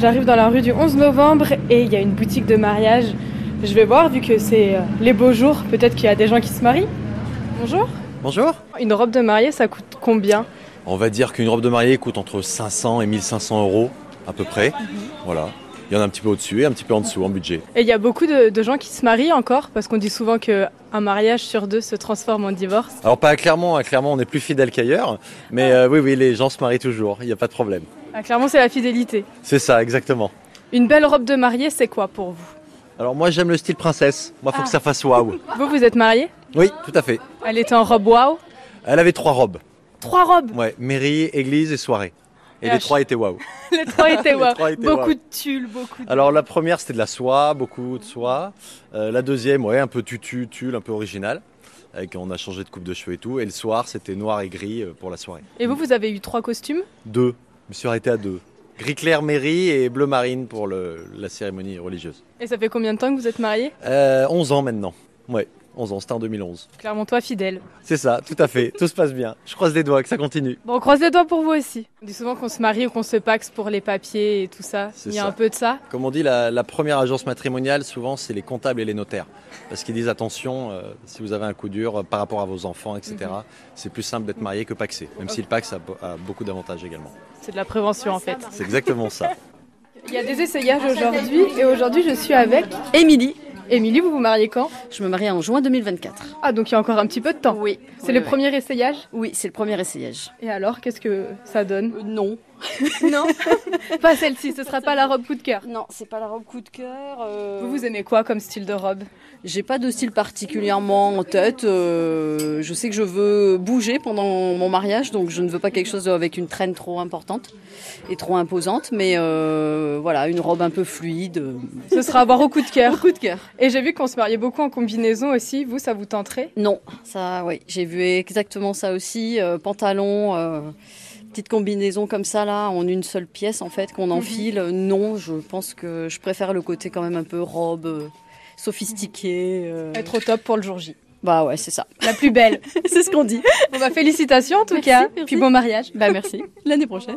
J'arrive dans la rue du 11 novembre et il y a une boutique de mariage. Je vais voir, vu que c'est euh, les beaux jours, peut-être qu'il y a des gens qui se marient. Bonjour. Bonjour. Une robe de mariée, ça coûte combien On va dire qu'une robe de mariée coûte entre 500 et 1500 euros à peu près. Mhm. Voilà. Il y en a un petit peu au-dessus et un petit peu en dessous en budget. Et il y a beaucoup de, de gens qui se marient encore, parce qu'on dit souvent qu'un mariage sur deux se transforme en divorce. Alors pas à Clermont, à Clermont on est plus fidèle qu'ailleurs, mais euh, oui oui les gens se marient toujours, il n'y a pas de problème. Ah, clairement, c'est la fidélité. C'est ça exactement. Une belle robe de mariée, c'est quoi pour vous Alors moi j'aime le style princesse, moi faut que ça fasse waouh. Vous, vous êtes mariée Oui tout à fait. Elle était en robe waouh Elle avait trois robes, Trois robes ouais, mairie, église et soirée. Et Et les la trois étaient waouh. Les trois étaient Les waouh trois étaient Beaucoup waouh. de tulle, beaucoup de... Alors la première c'était de la soie, beaucoup de soie. Euh, la deuxième ouais un peu tutu, tulle, un peu original. Avec, on a changé de coupe de cheveux et tout. Et le soir c'était noir et gris euh, pour la soirée. Et vous, vous avez eu trois costumes Deux. Je me suis arrêté à deux. Gris clair mairie et bleu marine pour le- la cérémonie religieuse. Et ça fait combien de temps que vous êtes mariés Euh, 11 ans maintenant. Ouais, 11 ans, c'était en 2011. Clairement, toi, fidèle. C'est ça, tout à fait. Tout se passe bien. Je croise les doigts que ça continue. Bon, on croise les doigts pour vous aussi. On dit souvent qu'on se marie ou qu'on se paxe pour les papiers et tout ça. C'est Il y a ça. un peu de ça. Comme on dit, la, la première agence matrimoniale, souvent, c'est les comptables et les notaires. Parce qu'ils disent attention, euh, si vous avez un coup dur euh, par rapport à vos enfants, etc., c'est plus simple d'être marié que paxé. Même si le pax a, bo- a beaucoup d'avantages également. C'est de la prévention en fait. C'est exactement ça. Il y a des essayages aujourd'hui et aujourd'hui je suis avec Émilie, Émilie. Vous vous mariez quand je me marie en juin 2024. Ah donc il y a encore un petit peu de temps. Oui. C'est Oui, le oui. premier essayage. Oui, c'est le premier essayage. Et alors qu'est-ce que ça donne non. Non, pas celle-ci. Ce sera pas la robe coup de cœur. Non, c'est pas la robe coup de cœur. euh, Vous vous aimez quoi comme style de robe J'ai pas de style particulièrement en tête. euh, Je sais que je veux bouger pendant mon mariage, donc je ne veux pas quelque chose avec une traîne trop importante et trop imposante, mais euh, voilà, une robe un peu fluide. euh, Ce sera avoir au coup de au cœur. coup de cœur. Et j'ai vu qu'on se mariait beaucoup en combinaison aussi. Vous, ça vous tenterait Non, ça, oui, j'ai vu exactement ça aussi. euh, pantalon, euh, petite combinaison comme ça, là, en une seule pièce, en fait, qu'on enfile. Euh, Non, je pense que je préfère le côté quand même un peu robe, euh, sophistiquée. euh. Être au top pour le jour J. Bah ouais, c'est ça. La plus belle. c'est ce qu'on dit. Bon bah félicitations en tout Merci, cas. merci. Puis bon mariage. Bah merci. L'année prochaine.